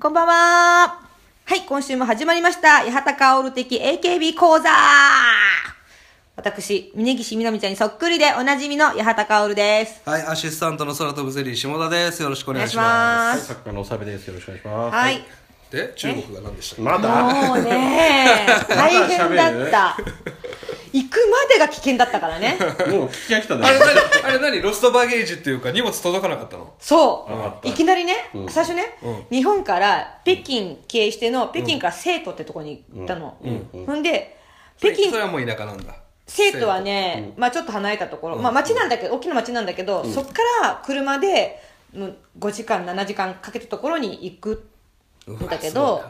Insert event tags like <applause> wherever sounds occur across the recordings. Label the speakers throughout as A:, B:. A: こんばんは。はい、今週も始まりました。八幡薫的 AKB 講座私、峯岸みなみちゃんにそっくりでおなじみの八幡薫です。
B: はい、アシスタントの空飛ぶゼリー下田です。よろしくお願いしま
A: は
C: はいい、作家のおさべです。よろしくお願いします。
A: はい。
B: す。で、中国が何でしたっ
C: まだ。
A: もうね、大変だった。行くまでが危険だったからね。
C: もう聞き飽きたん
B: けあ
C: だ
A: <laughs>
B: れ
C: よ。
B: 何あれ何ロストバゲージっていうか荷物届かなかったの
A: そ
C: わかっ
A: う。
C: た
A: いきなりね、
C: ん
A: 最初ね、
B: う
A: 日本から北京経由しての、北京から生徒ってとこに行ったの。ほんで、北京
B: それはもう田舎なんだ。
A: 生徒はね、まあちょっと離れたところ、まあ町なんだけど、大きな町なんだけど、そっから車でもう5時間、7時間かけたところに行く
B: 生徒、
A: んだけど、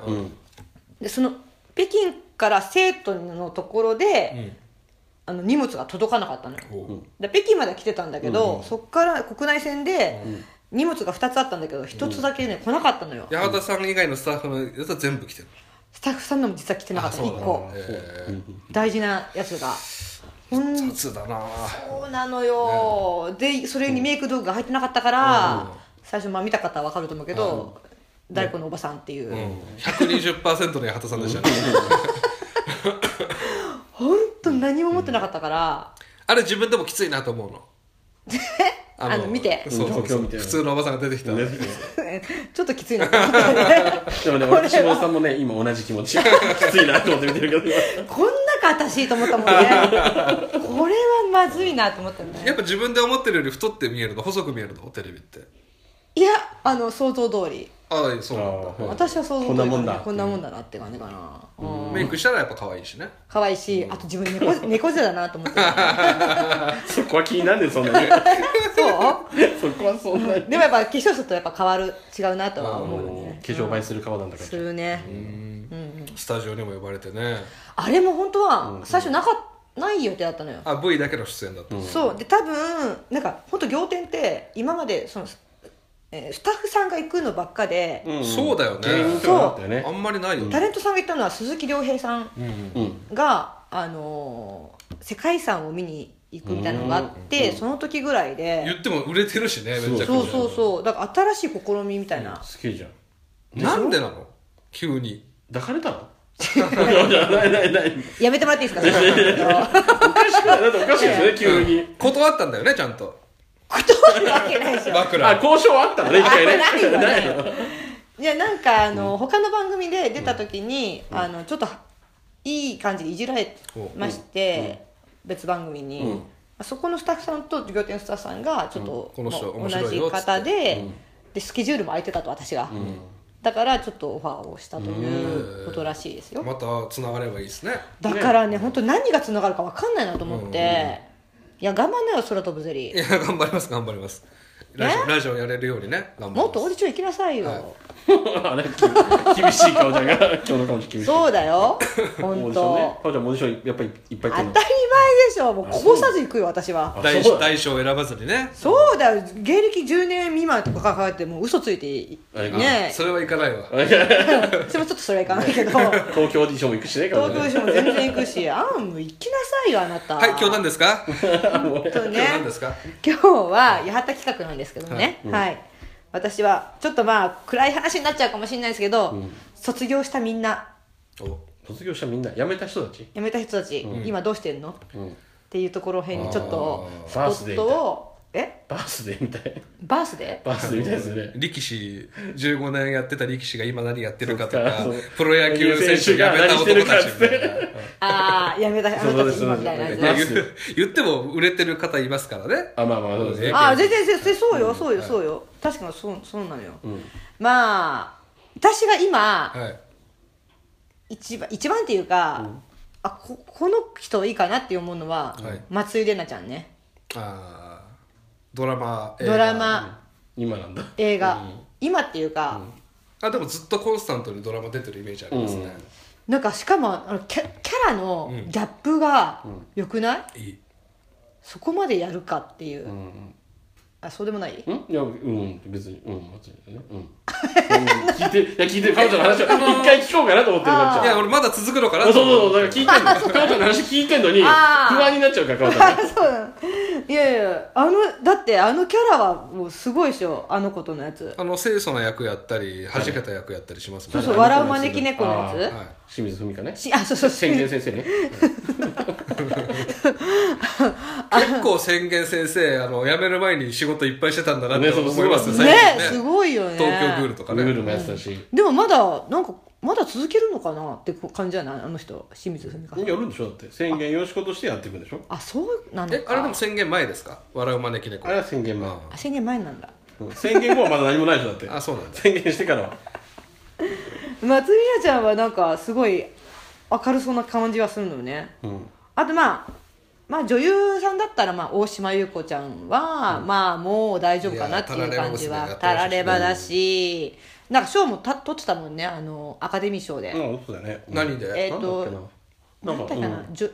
A: で、その、北京から生徒のところで、あの荷物が届かなかったのよ。
B: そうだうん
A: で北京まで来てたんだけど、そっから国内線で荷物が2つあったんだけど1つだけね、来なかったのよ
B: 八幡さん以外のスタッフのやつは全部来てる。
A: スタッフさんのも実は来てなかった
B: そう
A: 1個
B: えー
A: 大事なやつがほん
B: 雑だな
A: そうなのよでそれにメイク道具が入ってなかったから最初まあ見た方は分かると思うけど大工のおばさんっていう、
B: 120%の八幡さんでしたね。
A: 本当何も持ってなかったから、
B: あれ自分でもきついなと思うの。
A: あの見
B: <laughs>
A: て
B: そうそうそう
C: 東京みたいな
B: 普通のおばさんが出てきた。
C: ね
A: ちょっときついなと思ったよね
C: でもね、
A: これは
C: 俺、下田さんもね、今同じ気持 <laughs> ち。きついなと思って見てるけど。
A: こんなか私と思ったもんねこれはまずいなと思ったよね
B: やっぱ自分で思ってるより太って見えるの細く見えるのテレビって。
A: いやあの想像通り
B: ああ、そうなんだ。
C: あー
A: 私は想像通り
C: こんなもんだ
A: こんなもんだなって感じかな、うん
B: メイクしたらやっぱ可愛いしね。
A: 可愛いしあと自分猫 <laughs> 猫背だなと思ってる
C: そこは気になんで、そんなに。
A: そう
C: <laughs> そこはそんなに。
A: でもやっぱ化粧するとやっぱ変わる違うなとは思うよ
C: も
A: ね
C: う化粧映えする顔なんだか
A: す
C: ら。
A: るね
B: スタジオにも呼ばれてね。
A: あれも本当は最初なかない予定だったのよ、
B: あ、V だけの出演だった。
A: そうで多分なんか本当仰天って今までその、えースタッフさんが行くのばっかで、
C: ん
B: そうだよね。
C: 芸人とかだったよ
B: あ
C: ね。
B: んまりないよ
A: タ
B: ね。
A: レントさんが行ったのは鈴木亮平さん
C: うん。
A: が、あのー世界遺産を見に行くみたいなのがあって、その時ぐらいで
B: 言っても売れてるしね、めっちゃくちゃ。
A: そうそうそうだから新しい試みみたいな、
C: 好きじゃん。
B: なんでなの急に。
C: 抱かれたのじゃないないない。
A: やめてもらっていいですか <laughs> 断
B: <laughs>
C: おかしくないだっておかしいですよね、急に。
B: 断ったんだよね、ちゃんと。
A: るわけないでしょ
B: 枕。
C: あ、交渉はあったのね、一 <laughs> 回ね。
A: ないわね
C: ないの
A: <laughs> いやなんかあの、他の番組で出た時に、あのちょっといい感じでいじられまして、別番組に、そこのスタッフさんと仰天スタッフさんがちょっと、
B: うんこの人
A: もう
B: 面白いよ
A: 同じ方で,、でスケジュールも空いてたと私が、だからちょっとオファーをしたということらしいですよ、
B: また繋がればいいですね。
A: だからね本当何がつながるか分かんないなと思って、いや我慢なよ空飛ぶゼリ
B: い
A: ー
B: や、頑張ります、頑張ります。ラジオ、ラジオやれるようにね、頑張ります。
A: もっとオーディション行きなさいよ、
B: はい
C: あれ <laughs> 厳厳しい顔じゃんが今日の顔ち厳しい
A: そうだよ
C: オー
A: 本
C: ディションね
A: 当
C: かおちゃんもオーディションやっぱりいっぱい
A: 当
C: 行
A: たり前
C: ってん
A: で
C: の
A: しょもう
C: あ
A: こぼさず行くよ私は
B: 大
C: そうだ
B: 大賞を選ばずにね。
A: そうだよ芸歴10年未満とか考えてもう嘘ついてい
C: あれ
A: ねえ
B: それはいかないわ。
A: それもちょっとそれはいかないけど東
C: 東京オーディションも行くしねか
A: 京
C: おちゃん
A: 都市も全然行くしあんもう行きなさいよあなた
B: はい、今日何ですか
A: 本当
B: 今
A: ね
B: 日何ですか
A: 今日は八幡企画なんですけどもねはい、私はちょっとまあ暗い話になっちゃうかもしれないですけど、卒業したみんな
B: お
C: 卒業したみんな辞めた人たち
A: 辞めた人たち、今どうしてんの、っていうところ辺にちょっと
B: あー
A: ス
C: バースデー
A: ポットをえ
C: バースデーみたい
A: バースデー
C: バースデーみたいですね
B: 力士15年やってた力士が今何やってるかと
C: そ
B: か
C: うかそう
B: プロ野球選手辞めた男たちみたいな
A: ああ辞めた
C: そう
A: 人
C: そう
A: た
C: で
A: ち
C: す
A: 今みたいなやつ
C: そうです
B: いや言う言っても売れてる方いますからね
C: あまあまあそうですね
A: あ全然全然そうよそうよそうよ確かにそうそうなのよ、まあ私が今
B: はい
A: 一番一番っていうか、あここの人いいかなって思うのは、
B: はい
A: 松井玲奈ちゃんね
B: あードラマ映画
A: ドラマ、
C: 今なんだ
A: 映画、今っていうか、
B: あでもずっとコンスタントにドラマ出てるイメージありますね、
A: なんかしかもあのキャキャラのギャップが良くない、
B: いい
A: そこまでやるかっていう、あそうでもない
C: んいや、うん、別に、うん、別にね。うん。うん聞いて、いや、聞いてる、彼女の話を一回聞こうかなと思ってるから、
B: い
C: じゃ
B: や、俺まだ続くのかな
C: あ。そうそう
B: う。
C: そう、だから聞いてんの。彼女の話聞いてんのに、不
A: あー
C: 安になっちゃうから、彼女ね。
A: <laughs> そうなのいやいやあのだってあのキャラはもうすごいでしょあの子とのやつ
B: あの、清楚な役やったり、弾けた役やったりしますも
A: そ
B: ん
A: う
B: ね。
A: そう笑う招き猫のや
B: はい。
C: 清水文
A: <laughs>
C: 香ね
A: つ。しあそうそうそう
C: 宣言先生ね。
B: 結構宣言先生、あの、辞める前に仕事いっぱいしてたんだなって
C: ねそう
B: 思います
C: そう
B: 最近
A: ねすごいよね
B: 東京グールとか
C: ルール
B: ね。
C: もやってたし。
A: でもまだなんかまだ続けるのかなって感じじゃないあの人清水文香さん
C: やるんでしょだって。宣言よしことしてやっていくんでしょ
A: あそうなんだ
B: え、あれでも宣言前ですか笑う招き猫
C: あ。れは宣言前。
A: あ宣言前なんだ
C: うん宣言後はまだ何もないでしょだって。
B: あ、そうなんだ。
C: 宣言してからは。
A: 松宮ちゃんはなんかすごい明るそうな感じはするのよね
C: うん。
A: あとまあまあ女優さんだったらまあ大島優子ちゃんは、まあもう大丈夫かなっていう感じ
B: いや
A: はた
B: た
A: ら
B: ら
A: れ
B: れ
A: ば
B: ば
A: だし、なんか賞もた取ってたもんねあのアカデミー賞で、
C: うん、そうだよね。うん
B: 何で
A: え
C: な
A: っ
C: んだっ
A: と
C: けな。
A: だ
C: な
A: っ
C: ん
A: た
C: か、
A: か
C: うん
A: な、じょ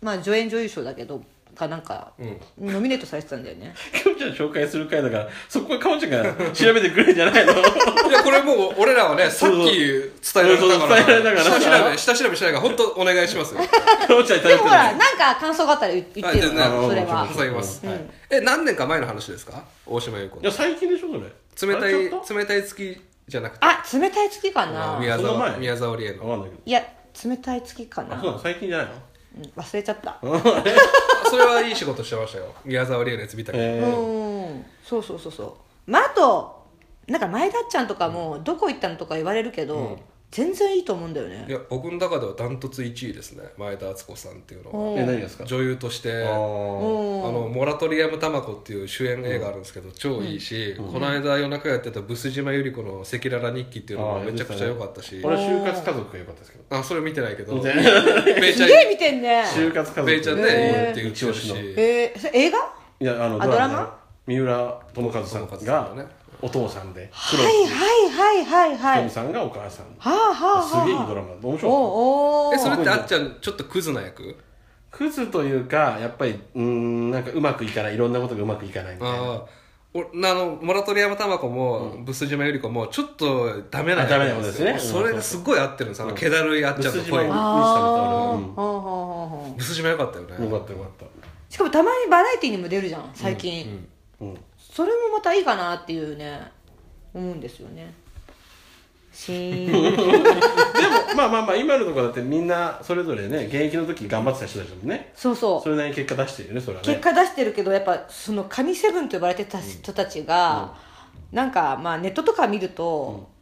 A: まあ助演女優賞だけどかなんか、ノミネートされてたんだよね
C: かおちゃん紹介する回だから、そこはかおちゃんが調べてくれるんじゃないの
B: いや、これもう、俺らはね、さっき
C: <laughs> そうそう
B: 伝えられたから
C: そうそう伝えられたから
B: 下調べ、下調べしないから、本当お願いし
C: <laughs>
B: ますよ。は
C: かおちゃんに
A: で
C: 頼っ
A: もほ
C: てな
A: ら
C: い。
A: なんか感想があったら言ってよ、
B: い、全然、
A: それ
C: あ
A: は
B: ございます、
C: はい
B: はいえ、何年か前の話ですか大島優子
C: いや、最近でしょ、それ。
B: 冷た
C: あれ
B: い、
C: ちょっと
B: 冷たい月じゃなくて、
A: あ冷たい月かな
B: 宮
C: その
B: 沢、
C: 前
B: 宮沢りえの。
C: わかんないけ
A: いや冷たい月か
C: ど。あ、
A: な
C: そうなの最近じゃないの
A: うん忘れちゃった
B: あそれはいい仕事してましたよ。宮沢りえのやつ見たけど。
C: えー
A: うんそうそうそうそうまああとなんか前田っちゃんとかもどこ行ったのとか言われるけど、全然いいと思うんだよ
B: い
A: ね
B: や、僕の中ではダントツ1位ですね。前田敦子さんっていうの
A: う
B: は。
A: ん
C: え、何がですか
B: 女優として、
C: あ
B: あのモラトリアム・タマコっていう主演映画あるんですけど、超いいし、この間夜中やってたブス島由里子の「赤裸々日記」っていうのも
C: あー
B: めちゃくちゃ良かったし
C: 俺は就活家族が良かったですけど。
B: あそれ見てないけど
C: 見
B: ベ
C: て
B: イ
C: ない
A: す
B: ちゃん
A: げえ見てんね
C: 就活家族。
B: ベイちゃんね、
A: へー
B: いいって言ってるし
C: 一押
B: い
A: えー、それ映画は
C: のいや、あの、
A: あ
C: ドラ
A: ドラ
C: マ
A: マ
C: で三浦智和さん
B: 智和さんの
C: が
B: ね
C: お父さんで、
A: い
C: 黒
A: はいはいはいはい
C: 木瞳さんがお母さん。
A: はあはあはあ
C: すげえいいドラマ。面白い。
A: おうおう
B: えそれってあっちゃんちょっとクズな役
C: クズというか、やっぱり、うーん、なんかうまくいかない。いろんなことがうまくいかないみたいな。
B: あーおなあのモラトリアム・タマコも、ブス島由里子もちょっとダメな役
C: あダメなことですね
B: もうそれがすごい合ってるんですあの気だるいあっちゃんの
C: ブス島
B: 声
C: 由
B: に
C: 里
A: あー
C: 見せた見せた
A: ほうほうほうほ
B: ブス島よかったよ
C: よ
B: ね
C: かったよかった。
A: うしかもたまにバラエティにも出るじゃん最近、
C: うん。
A: それもまたいいかなっていうね思うんですよねシ
C: <laughs>
A: ーン
C: で <laughs> もまあまあまあ今のところだってみんなそれぞれね現役の時頑張ってた人たちだもんね
A: そうそう
C: それなりに結果出してるよねそれはね
A: 結果出してるけどやっぱその神セブンと呼ばれてた人たちが、なんかまあネットとか見ると、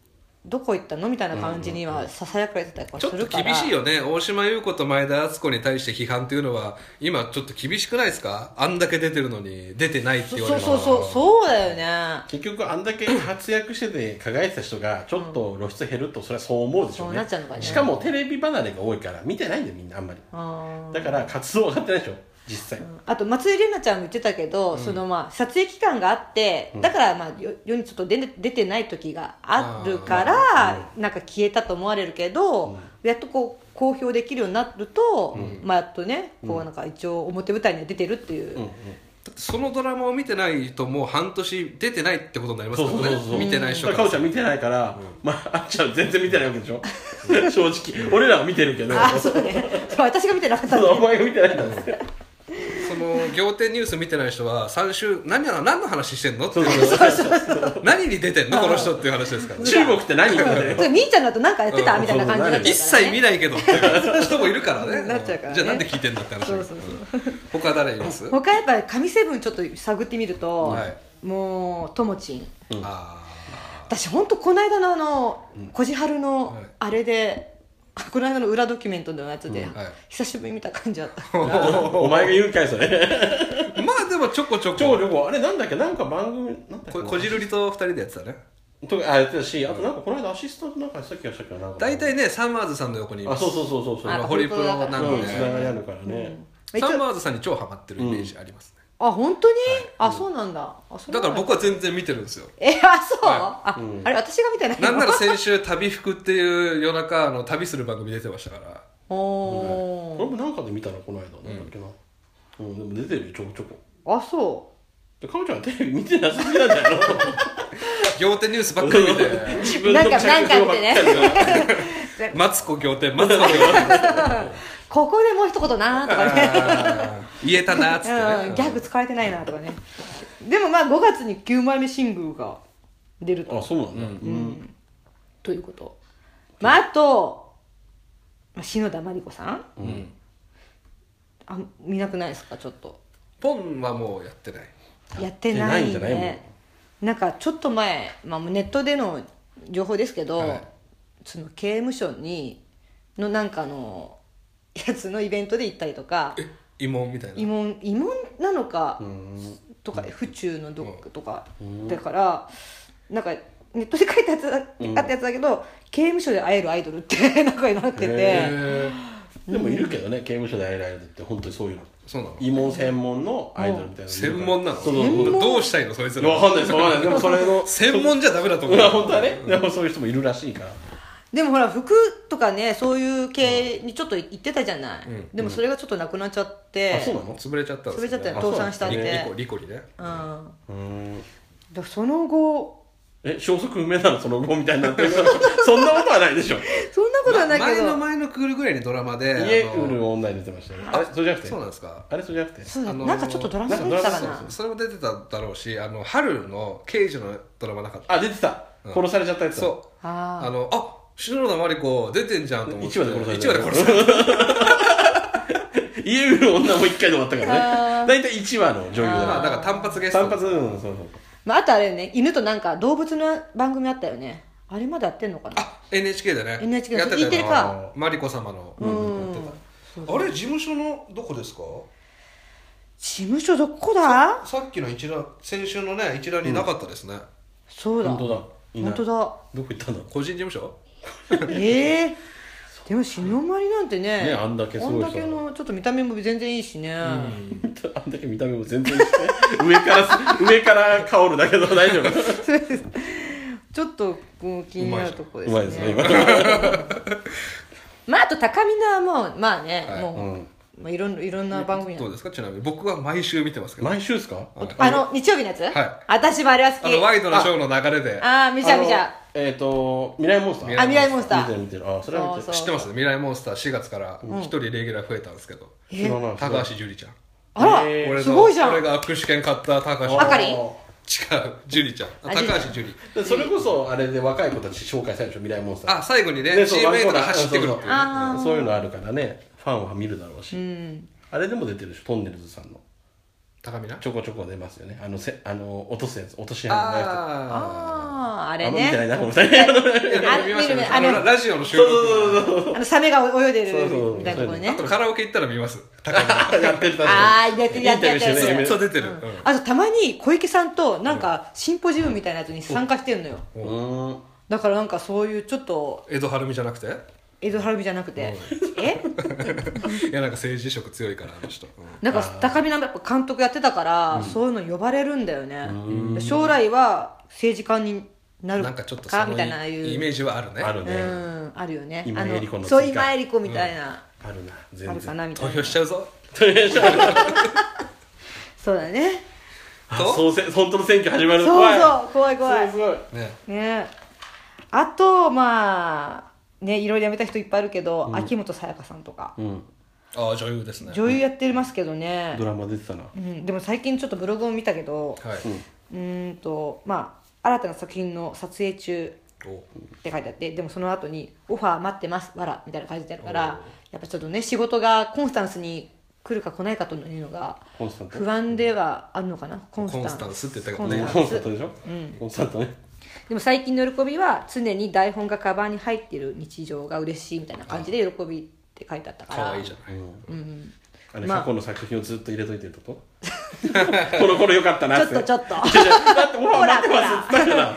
A: どこ行ったのみたいな感じにはささやかれてたりとか
B: ちょっ
A: する
B: と
A: から
B: 厳しいよね大島優子と前田敦子に対して批判っていうのは今ちょっと厳しくないですかあんだけ出てるのに出てないって
A: そ
B: 言われ
A: う
B: る
A: そうそうそうだよね
C: 結局あんだけ活躍してて輝いてた人がちょっと露出減るとそれはそう思うでし
A: そ
C: ょ
A: うう
C: ね
A: なっちゃうのかね
C: しかもテレビ離れが多いから見てないんだよみんなあんまり
A: あ
C: だから活動上がってないでしょ実際、
A: あと松井玲奈ちゃんも言ってたけど、そのまあ撮影期間があって、だからまあよ世にちょっと出て出てない時があるから、なんか消えたと思われるけど、やっとこう公表できるようになると、まあやっとねこうなんか一応表舞台には出てるっていう、
C: うんうん、
B: だってそのドラマを見てないともう半年出てないってことになります
C: そう
B: からね
C: そうそうそう
B: 見てない人
C: 人
B: か
C: からおちゃん見てないから、まああっちゃん全然見てないわけでし <laughs> ょ正直俺らは見てるけど
A: あそうねそう私が見てなかった
C: そ
A: ん
C: うお
A: で
C: 前が見てないんだって
B: その仰天ニュース見てない人は3週何やら何の話してんのって
C: そうそうそう
B: 何に出てんのこの人っていう話ですから
C: 中国って何みたいな
A: それみーちゃんだとなんかやってた、
B: うん
A: みたいな感じになっちゃうから、ね、
B: 一切見ないけどっていう人もいるからね
A: なっちゃうからね
B: じゃあなんで聞いてんだって話
A: そうそう
B: うん他誰います
A: 他やっぱり神セブンちょっと探ってみると、
B: はい
A: もうともちん
B: あ
A: 私本当この間のあのこじはるの
B: はい
A: あれで、この間の裏ドキュメントのやつで、
B: んはい
A: 久しぶりに見た感じだ
B: <laughs>
A: った
C: お前が言うんかいそれ
B: ーまあでもちょこちょ
C: 超
B: こ
C: 旅行あれなんだっけなんか番組なんだっけ
B: ここじるりと2人でやってたね
C: とかあやってたしあとなんかこの間アシスタントなんかした気がしたけどなんか
B: 大体ねサマーズさんの横にい
C: あ
B: ます
C: そうそうそうそうそう
B: あの
A: あ
B: ホリプロなん
A: な
B: か
A: る
C: う
A: ほ
C: ん
A: ど
C: つ
B: ね
C: ながりあるからね
A: 一
B: サ
A: 応
B: マーズさんに超ハマってるイメージありますね
A: あ本当に、あそうなんだあそれ
B: だ
A: は
B: から僕は全然見てるんですよ
A: えあそう、
B: は
A: あ、あれ私が見てないの
B: なんなら先週「旅服」っていう夜中あの旅する番組出てましたから
A: お
C: 俺
A: ー
C: もなんかで見たなこの間なんだっけなうんでも出てるよちょこちょこ
A: あそ
C: で彼女はテレビ見てなさすぎなんだ <laughs> よ
B: 仰天ニュースばっかり見て
C: <laughs> 自分の
A: なんかなんかってね
C: 着想ばっかり
B: マツコ仰天マツコ仰
C: <laughs>
B: 天
A: ここでもう一言なーとかね
B: あー言えたなっつって
A: う
B: ね
A: んギャグ使えてないなとかねでもまあ5月に9枚目シングルが出
C: <laughs>
A: ると
C: あそうなんだ、うん
A: ということまああとまあ篠田麻里子さん、あ見なくないですかちょっと
B: ポンはもうやってない
A: やってない
C: やってないん
A: ね
C: じゃ
A: な
C: ないも
A: んかちょっと前、まあ、ネットでの情報ですけど、
B: はい
A: その刑務所にのなんかのやつのイベントで行ったりとか
B: え慰問みたい
A: 慰
B: な
A: 問慰問なのかとか府中のどっかとかだからなんかネットで書いたやつだあったやつだけど刑務所で会えるアイドルって <laughs> なんかなってて
B: へー
C: でもいるけどね刑務所で会えるアイドルって本当にそういうの
B: そうなの
C: 慰問専門のアイドルみたいなのいるから
B: 専門なの
C: そうそうそう
B: どうしたいのそいつ
C: いやわかん
B: ら
C: ないですわかんないですでもそ
B: <laughs>
C: れの
B: 専門じゃダメだと思
C: いうや本当はねでもそういう人もいるらしいから
A: でもほら服とかねそういう系にちょっと行ってたじゃないでもそれがちょっとなくなっちゃって
C: あそうなの
B: 潰れちゃったんで
A: 潰
B: す
A: れちゃったよ
C: あ
A: 倒産したっ
C: そ
A: て
C: うな
B: リ
C: んで
B: コリコリね
A: うんだか
C: うん
A: らその後
C: え消息不明なのその後みたいになってる <laughs> そんなことはないでしょ
A: そんなことはないけ
B: 前
A: ど
B: の前のクールぐらいにドラマで
C: 家
B: あ
C: 売
B: の
C: る女に出てましたよねあれそれじゃなくて
B: そうなんですか
C: あれそれじゃなくて
A: そうだ
B: あのー
A: なんかちょっとドラマ出てたか
C: なんか
A: な
C: ドラマ
B: それも出てただろうしあの春の刑事のドラマなかった
C: あ出てた
B: うん
C: 殺されちゃったやつだ
B: そう
A: あー
B: あのあ篠田麻里子出てんじゃんと思って
C: 一話で殺された
B: 一話で殺された
C: <laughs> 家売る女も一回で終わったから
A: あー
C: ね大体1話の女優だ
B: まあだ
C: か
B: から単発ゲ
C: ら
B: スト
C: 単発うんそうそう
A: まああとあれね犬となんか動物の番組あったよねあれまだやってんのかな
B: あ NHK でね
A: NHK
B: やってたよ
A: E テレか
B: マリコ様のやってたあれ事務所のどこですか
A: 事務所どこだ
B: さっきの一覧先週のね一覧になかったですね
A: そうだ
C: 本当だいない
A: 本当だ
C: どこ行ったんだろ
B: 個人事務所
A: え
C: <laughs>
A: えでも篠まりなんてね
C: ねあんだけすごい人
A: あんだけのちょっと見た目も全然いいしね、
C: う <laughs> あんだけ見た目も全然して上から <laughs> 上から香るだけど大丈
A: <laughs>
C: 夫
A: ちょっとこう気になるとこで
C: う
A: す
C: ま
A: ね
C: いですね今
A: <laughs> まああと高見菜はもうまあね、
B: はい
A: もう、
C: うん
A: まあ、いろんいろんな番組や
B: どうですかちなみに僕は毎週見てますけど
C: 毎週ですか
A: あの日曜日のやつ、
B: い
A: 私もあれは好き
B: あのワイドなショーの流れで
A: ああ見ちゃう見ちゃう
C: あのえっと未来モンスター
A: あ未来モンスタ
C: 見て
A: ー
C: る見てるあそれは見て
A: そう
C: る
A: そ
B: 知ってます未来モンスター4月から一人レギュラー増えたんですけど
C: 知らない
B: 高橋樹里ちゃん
A: あら、
C: えー
B: 俺の
A: すごいじゃん
B: 俺が握手券買った高橋
A: あかり
B: 違う樹里ちゃんあ
A: あ
B: 高
A: 樹里
B: 橋樹里
C: でそれこそあれで若い子たち紹介されるでしょ未来モンスター
B: あ最後にね
C: で
B: チ
C: そう
B: ームメイトが
C: ワンコーナー
B: 走ってくるっ
C: そう
B: て
C: そ
B: いうう
A: あ
C: そういうのあるからねファンは見るだろうし、
A: うん
C: あれでも出てるでしょトンネルズさんの
B: 高見な
C: ちょこちょこ出ますよねあのせあの落とすやつ落とし穴の
B: あ
C: や
A: あああ
C: つ
A: れ
C: あんま見てな
A: ね
C: いなごめんなさいそう
B: あいやでも
C: <laughs>
B: 見ましたね
A: あ
B: あ
A: 見る
B: の
A: 見るあの
B: ラジオの収録
C: そうそう
A: あのサメが泳いで
C: そうそうそ
A: る
C: う
A: みたいなところ
B: あ
A: ね
B: とカラオケ行ったら見ます高見な
C: そうやってた
A: あーやってるやってるやってる
C: インタビューしてね
B: めっちゃ出てる
A: うんあとたまに小池さんとなんかシンポジウムみたいなやつに参加してるのよ
C: うーん
A: だからなんかそういうちょっと
B: 江戸晴美じゃなくて
A: 江戸晴美じゃなくて <laughs> え
B: いやなんか政治色強いからあの人うん
A: なんか高見の監督やってたからそういうの呼ばれるんだよね将来は政治家になる
B: なんかちょっとそ
A: かみ
B: の
A: たいなああ
B: イ
A: いう
B: メージはあるね
C: ある
A: う
C: ね、
A: んあるよね
C: 今
A: あ
C: 江里子の追加
A: そう今江里子みたいな
C: あるな
A: あ
C: 全
A: るか
C: 然
A: なみた
B: 投
A: い
B: 票
A: な
B: しちゃうぞ
A: そうだね
C: あそうせ本当の選挙始まる
A: そう
C: 怖い
A: そう怖い怖い
C: すごい
B: ね
A: ねあとまあねいろいろ辞めた人いっぱいあるけど、秋元才加さんとか
C: うん
B: ああ女優ですね
A: 女優やってますけどね
C: ド、ラマ出てたな
A: うん、でも最近ちょっとブログを見たけど
B: はいう
A: ーんとまあ新たな作品の撮影中
B: お
A: って書いてあってでもその後に「オファー待ってますわら」みたいな感じであるからやっぱちょっとね仕事がコンスタンスに来るか来ないかというのが
C: コンスタント
A: 不安ではあるのかなコンスタン
B: コ
A: ス
B: ンスタンスって言ったけど
A: コン
B: ね
A: ス
C: コ
A: タン
C: ン
A: ス
C: スタントでしょ、うん、コンスタントね
A: でも最近の喜びは常に台本がカバンに入ってる日常が嬉しいみたいな感じで喜びって書いてあったから
B: 可愛いじゃない
C: あれ、
A: まあ
C: 過去の作品をずっと入れといてる <laughs> ってことこの頃良かったな
A: ち
C: っ
A: ょってとちょっと
C: いやいやだってほ
A: ほ
C: ら
A: ら
C: 待ってますって言っ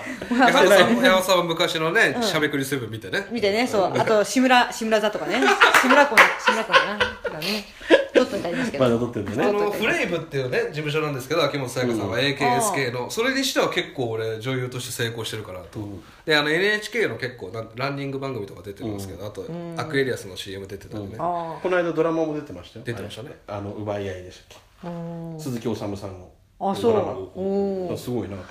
C: たか
B: <laughs>
C: ら
B: 矢原さんも矢原さんは昔のねしゃべくりセブン見てね
A: 見てねそうあと志村志村座とかね志村子の志村子だなとかねちょっとになり <laughs> ますけ
C: ま
A: ど
C: だ撮ってるんだ
B: あ
C: ね
B: のフレイブっていうね事務所なんですけど秋元才加さんは AKSK のそれにしては結構俺女優として成功してるからと、であの NHK の結構なんランニング番組とか出てるんですけど、あと、アクエリアスの CM 出てたりね、
A: あ
C: この間ドラマも出てましたよ
B: 出てましたね
C: あれあの奪い合いでしたっけ鈴木おさむさんの
A: ああ
C: ドラマを
A: そうおー
C: すごいなと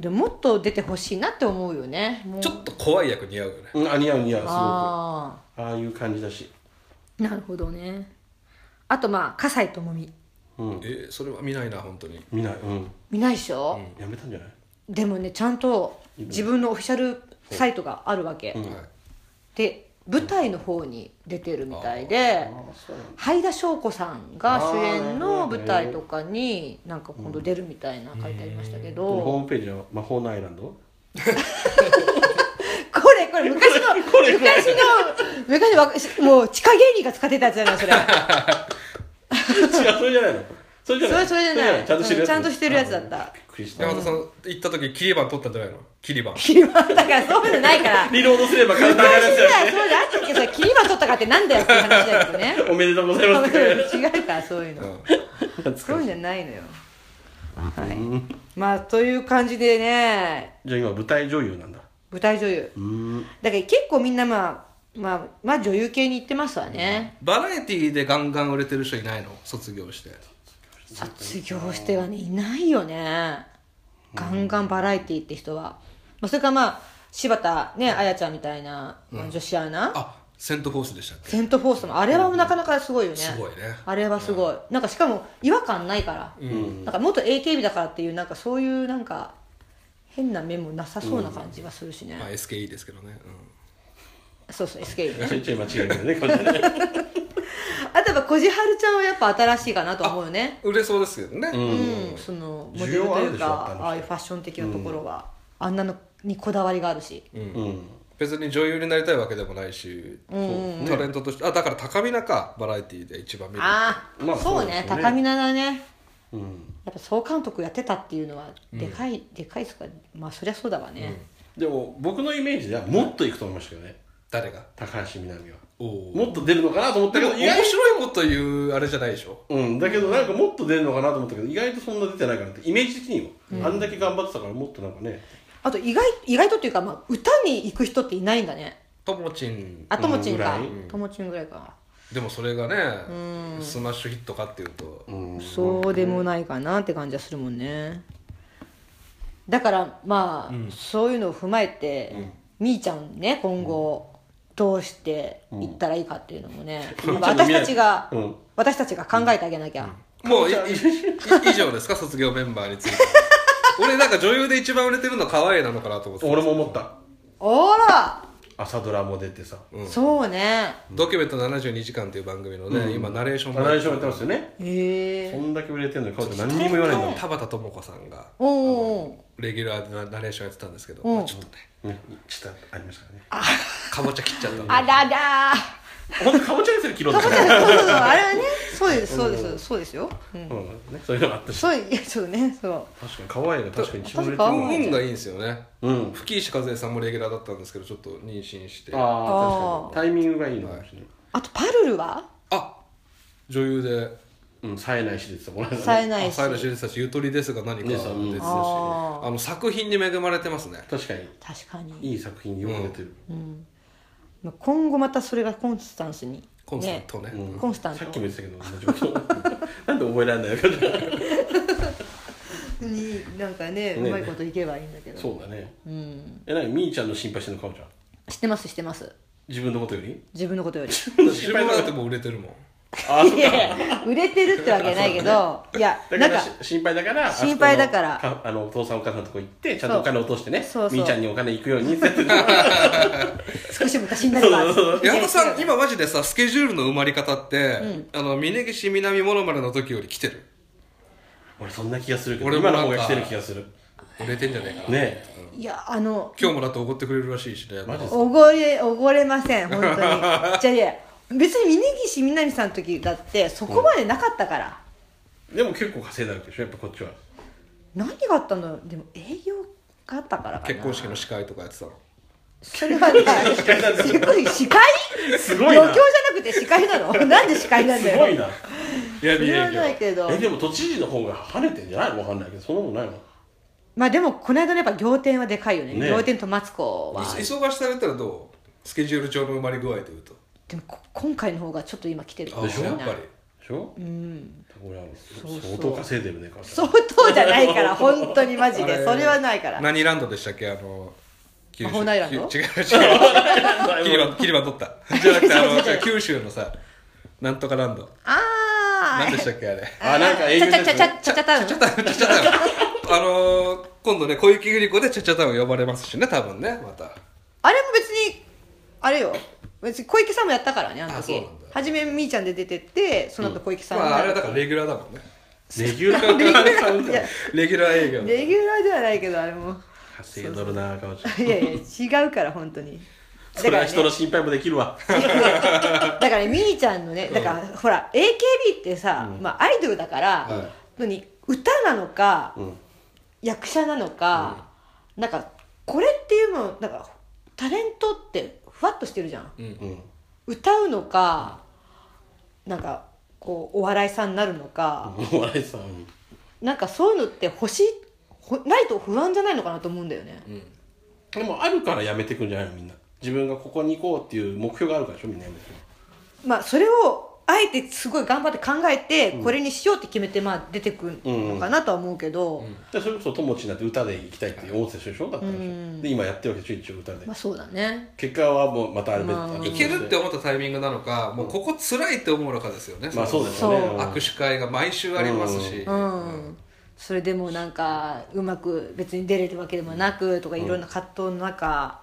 A: でももっと出てほしいなって思うよねもう
B: ちょっと怖い役似合うよね
C: 思って、うん、あ似合う似合うすごくあ
A: あ
C: あいう感じだし、
A: あなるほどねあとまあ葛西智美
C: うん、
B: えそれは見ないな本当に
C: 見ない、うん、
A: 見ないでしょ、
C: やめたんじゃない
A: でもねちゃんと自分のオフィシャルサイトがあるわけ、
B: はい
A: で舞台の方に出てるみたいで
C: あそうなんだ
A: 灰田祥子さんが主演の舞台とかになんか今度出るみたいな書いてありましたけ
C: ホー
A: ど
C: ムページの魔法のアイランド <laughs>
A: これ <laughs> これ昔の昔の昔のわもう地下芸人が使ってたやつじゃないそ <laughs> れ
C: 違うそれじゃないのそれじゃ
A: そ
C: な
A: れ
C: い
A: それじゃない
C: ちゃんとしてるやつ
A: ちゃんとしてるやつだった
C: びっくりした
B: 山田さん行った時キリバン取ったんじゃないのキ <laughs> リバン
A: 切り板だからそういうのないから
C: リロードすれば簡単なや
A: 昔
C: つだ
A: さそうじゃあったっけそれ切り板取ったかってなんだよっていう話だけど <laughs> ね
C: よねおめでとうございます
A: 違うからそういうの、 <laughs>
C: 懐かしい
A: そういうんじゃないのよはいまあという感じでね
C: じゃあ今舞台女優なんだ
A: 舞台女優
C: う <laughs> ーん
A: だから結構みんなまあまあまあ女優系に行ってますわね
B: バラエティーでガンガン売れてる人いないの卒業して
A: 卒業してはねいないよねガンガンバラエティって人は、まあ、それからまあ柴田ねあやちゃんみたいな女子アナ、
B: あセント・フォースでしたっけ
A: セント・フォースもあれはなかなかすごいよね、
B: すごいね
A: あれはすごい、なんかしかも違和感ないから、なんか元 AKB だからっていうなんかそういうなんか変な面もなさそうな感じがするしね、
B: まあ SKE ですけどね、
A: そうそう SK ね
C: ちょいちょい間違えるよねこれね
A: あとやっぱこじはるちゃんはやっぱ新しいかなとは思うよね
B: うん、売れそうですけどね、
A: うんそのモデルと
C: 需要あ
A: い
C: るで
A: う
C: しょやっぱ
A: か
C: り
A: ああいうファッション的なところは、あんなのにこだわりがあるし、
C: うん
B: 別に女優になりたいわけでもないし、タレントとしてあだから高見菜かバラエティーで一番見る
A: ああ、
C: まあ
A: そうね
C: そうですね
A: 高見菜だね
C: うん
A: やっぱ総監督やってたっていうのはでかい、でかいっすかまあそりゃそうだわね、
C: でも僕のイメージではもっといくと思いましたけどね
B: 誰が
C: 高橋みなみは
B: おお
C: もっと出るのかなと思った
B: だ
C: け
B: け
C: ど
B: ど
C: 意
B: 面
C: 外
B: 白いこと言うあれじゃないでしょ
C: うん、だけどなんかもっと出るのかなと思ったけど意外とそんな出てないかなってイメージ的にも、あんだけ頑張ってたからもっとなんかね
A: あと意外意外とっていうか、まあ、歌に行く人っていないんだね
B: ともちん
A: あともちんか
C: うんぐらい
A: ともちんぐらいか、
B: でもそれがねスマッシュヒットかっていうと、
A: そうでもないかなって感じはするもんねだからまあ、そういうのを踏まえて、みーちゃんね今後、どうしていったらいいかっていうのもね、
C: うん
A: 私たちが、
C: うん
A: 私たちが考えてあげなきゃ、
B: もういいい以上ですか卒業メンバーについて
C: <laughs>
B: 俺なんか女優で一番売れてるの可愛いなのかなと思ってた
C: 俺も思った
A: おら、
C: 朝ドラも出てさ、
A: そうね
B: ドキュメント72時間っていう番組のね、今ナレーション
C: ナレーションやってますよね
A: へ
C: こ
A: え
C: んだけ売れてんのに彼女何にも言わないんだもん
B: 田畑智子さんが
A: おうおう
B: レギュラーでナナレーションやってたんですけど、
A: うん
B: まあちょっとね
C: うんちょっとありましたからね
B: かぼちゃ切っちゃったんで
A: あららー
C: ほんとかぼちゃにするキロだか
A: そう
C: ら、
A: そうそうあれはねそうですそうですそうですよ、うん
C: うんね、そういうのがあったし
A: そういやそうねそう
C: 確かに可愛いが確かに一番売れて
A: 確か
C: る
A: に
C: もん
B: 運がいいんですよね、
C: うん
B: 吹石和恵さんもレギュラーだったんですけどちょっと妊娠してあ
C: ああ確かにタイミングがいいのかもしれない、
A: あとパルルは
B: 女優で
C: うん、冴えないしですこの間ね
A: 冴えないし
B: 朝原秀司たちゆとりですが何か
C: ね
B: ですし、
C: そううん
A: あー
B: あの作品に恵まれてますね
C: 確かに
A: 確かに
C: いい作品によく出てる、
A: まあ今後またそれがコンスタンスに
B: コンスタントね
C: うん
A: コンスタン
C: さ
A: ト
C: っきも言ってたけど同じこと <laughs> なんで覚えられないのか
A: になんかね
C: ね
A: うまいこといけばいいんだけど、
C: <laughs> そうだね
A: うん、
C: えなにみーちゃんの心配してんのかおちゃん
A: 知ってます知ってます
C: 自分のことより
A: 自分のことより
B: 自分だってもう売れてるもん
C: あそ
A: い
C: っか
A: やいや売れてるってわけないけど、いや
C: だ
A: な
C: か
A: んから
C: し心配だから
A: 心配だから
C: あそこのあのお父さんお母さんのとこ行ってちゃんとお金落としてね
A: そうそう
C: みーちゃんにお金行くようにってやってる
A: 少し昔になれば
C: そうそうそう
B: 矢野さん今マジでさスケジュールの埋まり方って、あの峯岸みなみものまねの時より来てる
C: <laughs> 俺そんな気がするけど
B: 俺もな
C: 今
B: ん
C: の
B: か
C: 方が来てる気がする
B: 売れてんじゃねえかな、
C: ねえ
A: いやあの
B: 今日もだって怒ってくれるらしいしね
C: マジっすか
A: おごれおごれません本当にじゃあいや別に峯岸みなみさんの時だってそこまでなかったから、
C: でも結構稼いだわけでしょやっぱこっちは
A: 何があったんだろうでも営業があったからかな
B: 結婚式の司会とかやってたの
A: それはね司会なんだ司会
C: すごいな
A: 余興じゃなくて司会なのなんで司会なんだ
C: す
A: よ
C: ごいな
A: それはないけど
C: えでも都知事の方が跳ねてんじゃないわかんないけどそんなもんないもん
A: まあでもこの間のやっぱ仰天はでかいよね
C: ね
A: 仰天とマツコは
B: 忙忙しされたらどうスケジュール帳の埋まり具合でいうと
A: でもこ今回の方がちょっと今来てるか
B: あ
A: もしれ
B: やっ
A: ない
B: ぱり
C: でししょ
A: うん、
C: 俺はもう
A: そう
C: 相当稼いでるね母ちゃん
A: 相当じゃないから本当にマジ
B: あ
A: で
B: れ
A: それはないから
B: 何ランドでしたっけあの九
A: ホーナイランド
B: <laughs> きゅ違う違うキリバキリバ取ったじゃなく
A: <laughs>
B: てあのじゃあ九州のさなんとかランド
A: ああ
B: 何でしたっけあれ
C: あなんか営
A: ち
C: 業
A: ゃ
C: で
A: ちゃちゃちゃちゃちゃタウン
B: チャチャタウンあのー今度ね小雪百合子でチャチャタウン呼ばれますしね多分ねまた
A: あれも別にあれよ別に小池さんもやったからねあの
B: あそう
A: 時
B: なんだ
A: 初めみーちゃんで出てってその後小池さん
B: ま
A: が
B: ああれはだからレギュラーだもんね
C: <laughs> レギュラーから買うん
A: いや
C: だ
B: <laughs> レギュラー営業
A: レギュラーではないけどあれ
C: <laughs>
A: も
C: 稼いどるな母ちゃん
A: いやいや違うから本当にだ
C: そ
A: か
C: れは
A: ら、
C: 人の
A: ね、
C: 心配もできるわ
A: だからみーちゃんのねだから、ほら AKB ってさ、まあ、アイドルだから、
B: はい
A: 本当に歌なのか、
C: うん
A: 役者なのか、なんかこれっていうのなんかタレントってふわっとしてるじゃん
C: うん
A: 歌うのか、なんかこうお笑いさんになるのか、
C: お笑いさんうん
A: なんかそういうのって欲しいほないと不安じゃないのかなと思うんだよね、
C: でもあるからやめてくんじゃないのみんな自分がここに行こうっていう目標があるからでしょみんなやめてく
A: まあそれをあえてすごい頑張って考えて、これにしようって決めてまあ出てくるのかなとは思うけど、
C: でそれこそ友知になって歌で行きたいって思ってた人でしょだったでしょ、で今やってるわけでしょ一応歌で、
A: まあそうだね
C: 結果はもうまたあれで、
A: まあ
C: あれ
B: いけるって思ったタイミングなのかもうここ辛いって思うのかですよね
C: まあそうです
A: よね
C: そう
B: 握手会が毎週ありますし
A: うん、それでもなんかうまく別に出れるわけでもなくとかいろんな葛藤の中、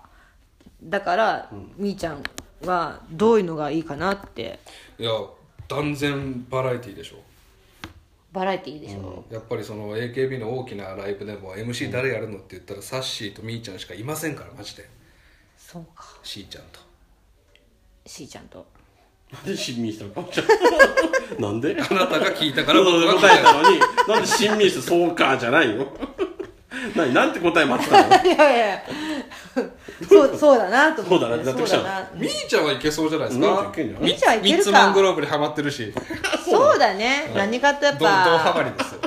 A: だから、みーちゃんはどういうのがいいかなって
B: いや断然バラエティーでしょ
A: バラエティーでしょ、
B: やっぱりその AKB の大きなライブでも MC 誰やるのって言ったらさっしーとみーちゃんしかいませんからマジで
A: そうか
B: しーちゃんと
A: しーちゃんと <laughs>
C: なんで親民したのかもちゃんなんで
B: あなたが聞いたから僕が答
C: 答
B: え
C: え
B: た
C: たのになんで親民してそうかじゃないよ何なんて答え待ってたの
A: いやいや
C: <laughs>
A: いやそうそうだなと思って
C: そうだな納得した
A: そうだな
B: みーちゃんはいけそうじゃないです
C: みーちゃん
B: か
C: いけんじゃない
A: みーちゃんいけるか
B: ミッツマングローブにハマってるしど
A: そうだね何かとやっ
B: どハ
A: ぱ
B: マりですよ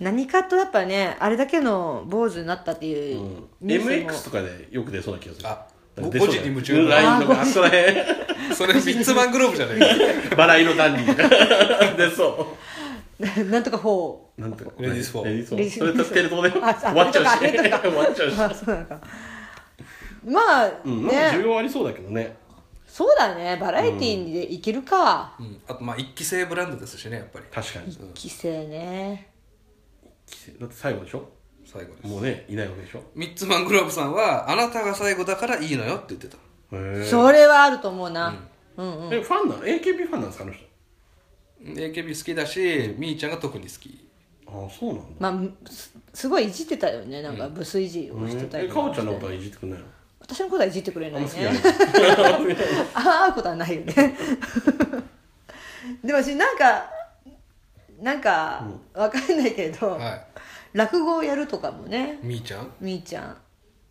A: 何かとやっぱねあれだけの坊主になったっていううんニュー
C: MX
A: ス
C: と
A: も
C: かでよく出そうな気がする
B: あ
C: なんか出そうだよ
B: ごご時に夢中だ
C: LINE とかあそこら辺
B: それミッツマングローブじゃない
C: <laughs>
B: ですか
C: バラ色ダンディーとか出そ
A: <laughs>
C: う
A: なんとか4
C: なんていうの
B: レディースフォー
C: レディースフォ
A: レディースフォー
C: ーそれとテレ <laughs> 東で終
A: あ
C: わっちゃう
A: あ
C: し
A: れとかあ
C: <laughs>
A: れとか
C: 終わっちゃうし
A: まあそうなのかまあ
C: うんなんか需
A: ね
C: 要ありそうだけどね
A: そうだねバラエティーでいけるか
B: うんあとまあ一期生ブランドですしねやっぱり
C: 確かに
A: 規制ね
C: だって最後でしょ
B: 最後です
C: もうねいないわけでしょ
B: ミッツマングローブさんはあなたが最後だからいいのよって言ってた
C: へ
A: それはあると思うなうんうん
C: えファンなの AKB ファンなんですかあの人
B: AKB 好きだしみーちゃんが特に好き
C: ああそうなんだ
A: まあすすごいいじってたよねなんかブスいじをしてた
C: え
A: り
C: か
A: と
C: お
A: か
C: ちゃんの
A: し
C: こと
A: て
C: はいじってくんないの
A: 私のことはいじってくれ
C: あ
A: なんい
C: ま好きじゃな
A: ね
C: い
A: ああ会うことはないよね <laughs> でも私なんかなんかわかんないけど、
B: は
A: 落語をやるとかもね
B: いみーちゃん
A: みーちゃん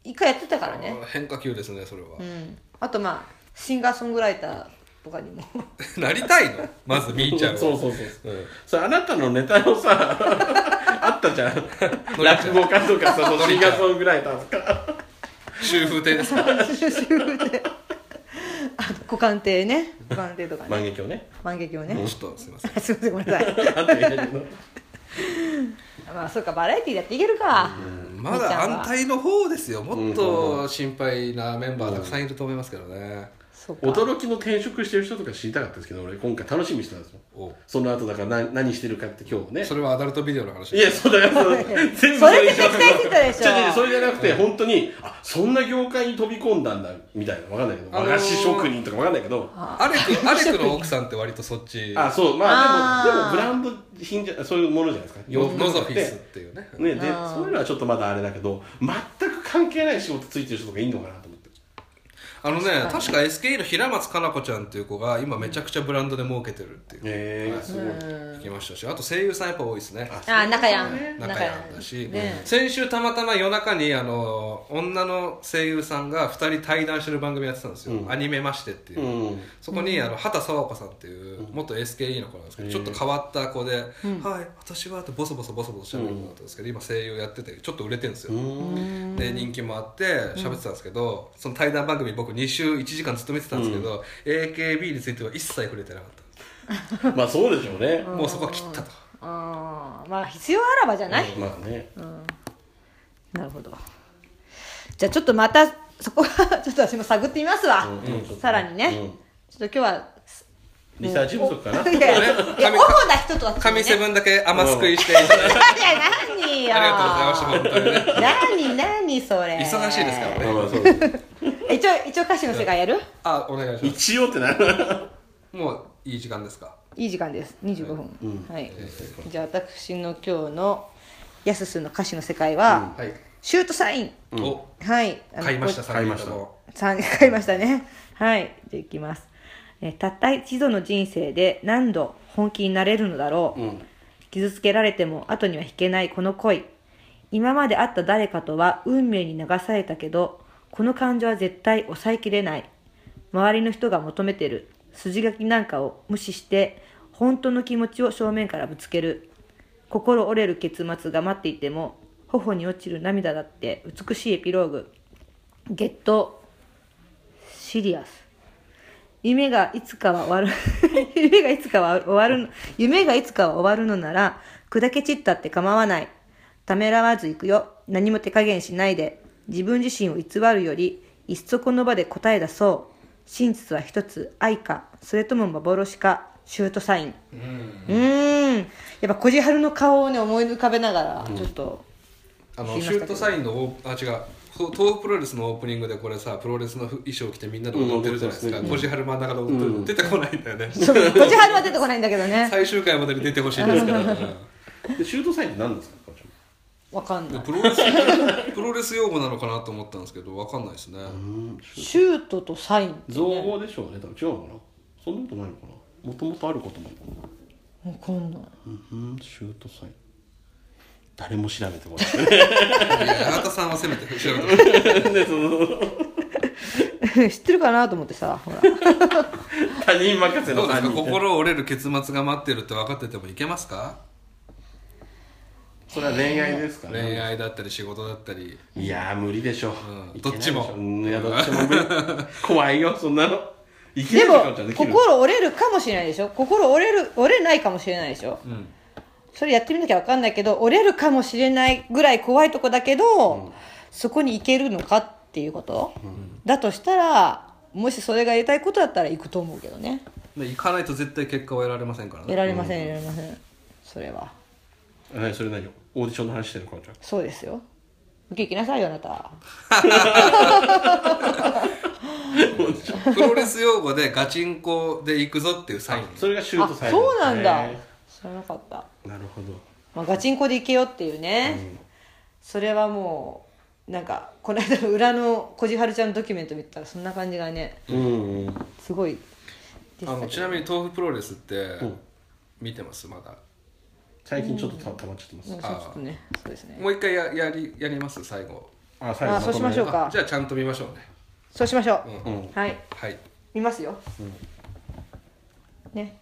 A: 一回やってたからね
B: あー変化球ですねそれは、
A: うんあとまあシンガーソングライターとかに
B: <laughs>
A: も
B: なりたいのまずみーちゃんは
C: そうそうそう
B: うん、
C: <laughs> それあなたのネタのさ <laughs> あったじゃん
B: りちゃ
C: 落
B: ん
C: 語家とかさその
B: の
C: シ
B: り
C: ン
B: ちゃ
C: ガ
B: ん
C: ーソングライターとか
B: 修風亭ですか
A: 主婦であと股関亭ね股関亭とか
C: 万
A: ね
C: 華鏡ね
A: 万華鏡ね、
B: ちょっとすいません
A: すいませんごめんなさい
C: <laughs> あんたいないけど
A: まあそうかバラエティーだっていけるか、
B: ま
A: みーち
B: だ
A: ゃんは
B: 安泰の方ですよもっと心配なメンバーたくさんいると思いますけどね、
A: そうか
C: 驚きの転職してる人とか知りたかったですけど俺今回楽しみにしてたんですよ
B: お
C: その後だから何何してるかって今日ね
B: それはアダルトビデオの話
C: いやそうだからその全部
A: それって
C: にしま
A: 絶
C: す
A: 対してたでしょ
C: 違う違うそれじゃなくて本当にあそんな業界に飛び込んだんだみたいなわかんないけど
B: あの
C: 和
B: ー
C: 菓子職人とかわかんないけど
B: アレクアレクの奥さんって割とそっち
C: あそうまあでも
A: あー
C: でもブランド品じゃそういうものじゃないですか洋
B: ノ
C: 服
B: ノゾ
C: とか
B: フ
C: っ
B: ィ
C: て
B: スっていうね
C: ねで
A: あー
C: そういうのはちょっとまだあれだけど全く関係ない仕事ついてる人とかいんのかなと思って
B: あのね確か SKE の平松かな子ちゃんっていう子が今めちゃくちゃブランドで儲けてるっていう
C: えー、すごい
B: 聞きましたしあと声優さんやっぱ多いですね
A: あ中やん
B: 仲良かだし、
A: ね
B: 先週たまたま夜中にあの女の声優さんが2人対談してる番組やってたんですよ、アニメましてっていう、
C: うん
B: そこにあの畑沙和子さんっていう元 SKE の子なんですけど、ちょっと変わった子で「はい私は」ってボソボソボソボソ喋る子だったんですけど、今声優やっててちょっと売れてるんですよ、で人気もあって喋ってたんですけど、その対談番組僕2週1時間勤めてたんですけど、AKB については一切触れてなかった
C: まあそうでしょうね、
B: もうそこは切ったと
A: あーまあ必要あらばじゃない、
C: まあね、
A: なるほどじゃあちょっとまたそこはちょっと私も探ってみますわ、
C: うん
A: さらにね、
C: うん
A: ちょっと今日は
C: リサーチ不足かな
A: いやいやいや
B: 神
A: オフな人とは
B: 神セ
A: ン
B: ブンだけ甘すくいしていただいて
A: いや何よ
B: ありがとうございました本当に
A: 何
B: ね
A: 何それ
B: 忙しいですからね
C: まあそうです
A: 一応一応歌手の世界やる
B: あお願いします
C: <laughs> 一応ってなる
B: もういい時間ですか
A: いい時間です25分、はい、じゃあ私の今日のやすすの歌手の世界は、
B: はい
A: シュートサイン、
B: お
A: はいあの
B: 買いました
C: 買いまし
B: 三人と
C: た
B: も
A: 三買いましたね。はい。じゃあいきます。えーたった一度の人生で何度本気になれるのだろう。
C: うん
A: 傷つけられても後には引けないこの恋。今まで会った誰かとは運命に流されたけど、この感情は絶対抑えきれない。周りの人が求めてる筋書きなんかを無視して、本当の気持ちを正面からぶつける。心折れる結末が待っていても、頬に落ちる涙だって美しいエピローグ。ゲットシリアス。夢がいつかは終わる。 <laughs> 夢がいつかは終わるの。夢がいつかは終わるのなら、砕け散ったって構わない。ためらわず行くよ。何も手加減しないで。自分自身を偽るより、いっそこの場で答え出そう。真実は一つ、愛か、それとも幻か、シュートサイン。うーん。やっぱ、小じはるの顔をね、思い浮かべながら、ちょっと、
B: あ
A: 聞き
B: の
A: まし
B: シ
A: たけど
B: ュートサインのオーあ違うと東北プロレスのオープニングでこれさプロレスの衣装着てみんなで踊ってるじゃないですか
C: うん
B: 小春真ん中で踊ってる出てこないんだよね
A: 小じはるは出てこないんだけど <laughs> ね。
B: 最終回までに出てほしいんですけど
C: でシュートサインって何ですかこっち
A: わかんない。
B: プロレスプロレス用 <laughs> 語なのかなと思ったんですけどわかんないですね
C: も
A: シュートとサインって
C: 造
A: ね。
C: 語でしょうね多分違うのかなそんなことないのかなもともとあることなのかな
A: わかんない。
C: うんシュートサイン誰も調べてこない <laughs>
B: いや八幡さんはせめて調べてほし
A: <laughs>
B: い
A: 知ってるかなと思ってさほら
C: 他人任せ
B: どう
C: の
B: ですか
C: 他 <laughs> 人
B: 心折れる結末が待ってるって分かっててもいけますか
C: それは恋愛ですか
B: 恋
C: ね
B: 愛だったり仕事だったり
C: いやー無理でしょ
B: うん
C: いけないでし
B: どっ
C: ょ
B: ちも
C: うんいやどっちも無理 <laughs> 怖いよそんなのいけ
A: で
C: ない
A: も
C: かもしれないできる
A: 心折れるかもしれないでしょ心折れる折れないかもしれないでしょ、
B: ん
A: それやってみなきゃ分かんないけど折れるかもしれないぐらい怖いとこだけど、そこに行けるのかっていうこと、だとしたらもしそれがやりたいことだったら行くと思うけどね
B: で行かないと絶対結果は得られませんから
A: 得
B: ね
A: られません得られませんそれは
C: えそれ何よオーディションの話してるかおちゃん
A: そうですよ受け行きなさいよあなた
B: <laughs> プロレス用語でガチンコで行くぞっていうサイン
C: それがシュー
A: あ
C: トサイン
A: そうなんだ
C: へ
A: 知らなかった
C: ーなるほど
A: まあ、ガチンコで行けよっていうね、それはもうなんかこの間の裏のこじはるちゃんのドキュメント見てたらそんな感じがね
C: うんうん
A: すごいで
B: あ
A: した
B: の
A: け
B: ち
A: ど
B: なみに豆腐プロレスって
C: うん
B: 見てますまだ
C: 最近ちょっとたたまっちゃってます
A: うんそうちょっとねそうですね
B: もう一回ややりやります最後
C: あ最後
A: あそうしましょうか
B: じゃあちゃんと見ましょうね
A: そうしましょう、
C: うん
A: はい
B: はい
A: 見ますよ、ね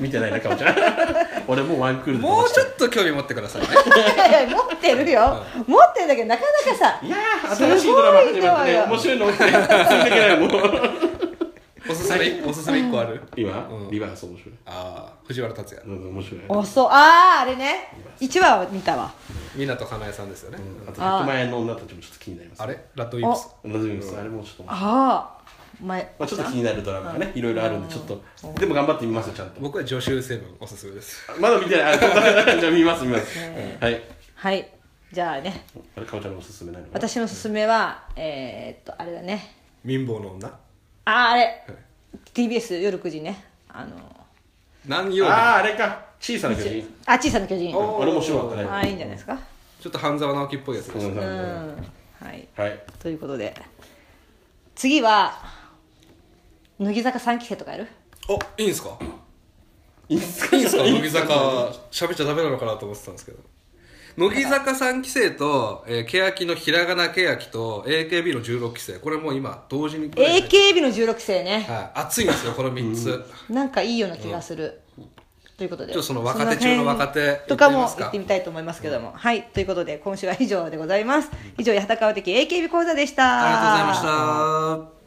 C: 見てないなかおちゃん <laughs> 俺もうワンクールで
B: もうちょ
C: っ
B: っと興味持ってくださいね
A: いやいや持ってるよ、持ってるんだけどなかなかさ
C: いやー新しいドラマ始まってね面
A: す
C: 白いの起きて進んでいけないもう
B: おすすめおすすめ一個ある
C: 今、
B: うん
C: リバース面白い
B: ああ藤原竜也
C: うん面白い
A: 遅あああれね1話は見たわ
B: 湊かなえさんですよね
C: あと100万円の女たちもちょっと気になります
B: あれラッドウィンプス
C: 謎みですあれもちょっとま
A: ああお前
C: あちょっと気になるドラマがねいろいろあるんでちょっとでも頑張ってみますよちゃんと
B: 僕は助手セブンおすすめです
C: まだ見てないあそうだじゃあ見ます見ます
A: ね
C: はい
A: はいじゃあね
C: あれかおちゃんのおすすめないのかな
A: 私のおすすめはえー、っとあれだね
B: 貧乏の女
A: あああれ TBS 夜9時ねあの
B: 何曜日
C: ああーあれか小さな巨人
A: あ小さな巨人
B: お
C: あれ面白かったね
A: ああいいんじゃないですか
B: ちょっと半沢直樹っぽいやつです
C: うん
B: ね
A: うんはい
C: はい
A: ということで次は乃木坂3期生とかやる
B: おいいんすか
C: <laughs> いいんす
B: いいんすか乃木
C: か
B: 坂喋っちゃダメなのかなと思ってたんですけど乃木坂3期生と、えー、欅のひらがな欅と AKB の16期生これもう今同時に
A: AKB の16期生ね
B: はい、熱いんですよこの3つ、
A: なんかいいような気がする、ということで
B: ちょっとその若手中の若手
A: 辺とかも
B: やってみますか
A: 行ってみたいと思いますけども、はいということで今週は以上でございます以上八幡川的 AKB 講座でした
B: ありがとうございました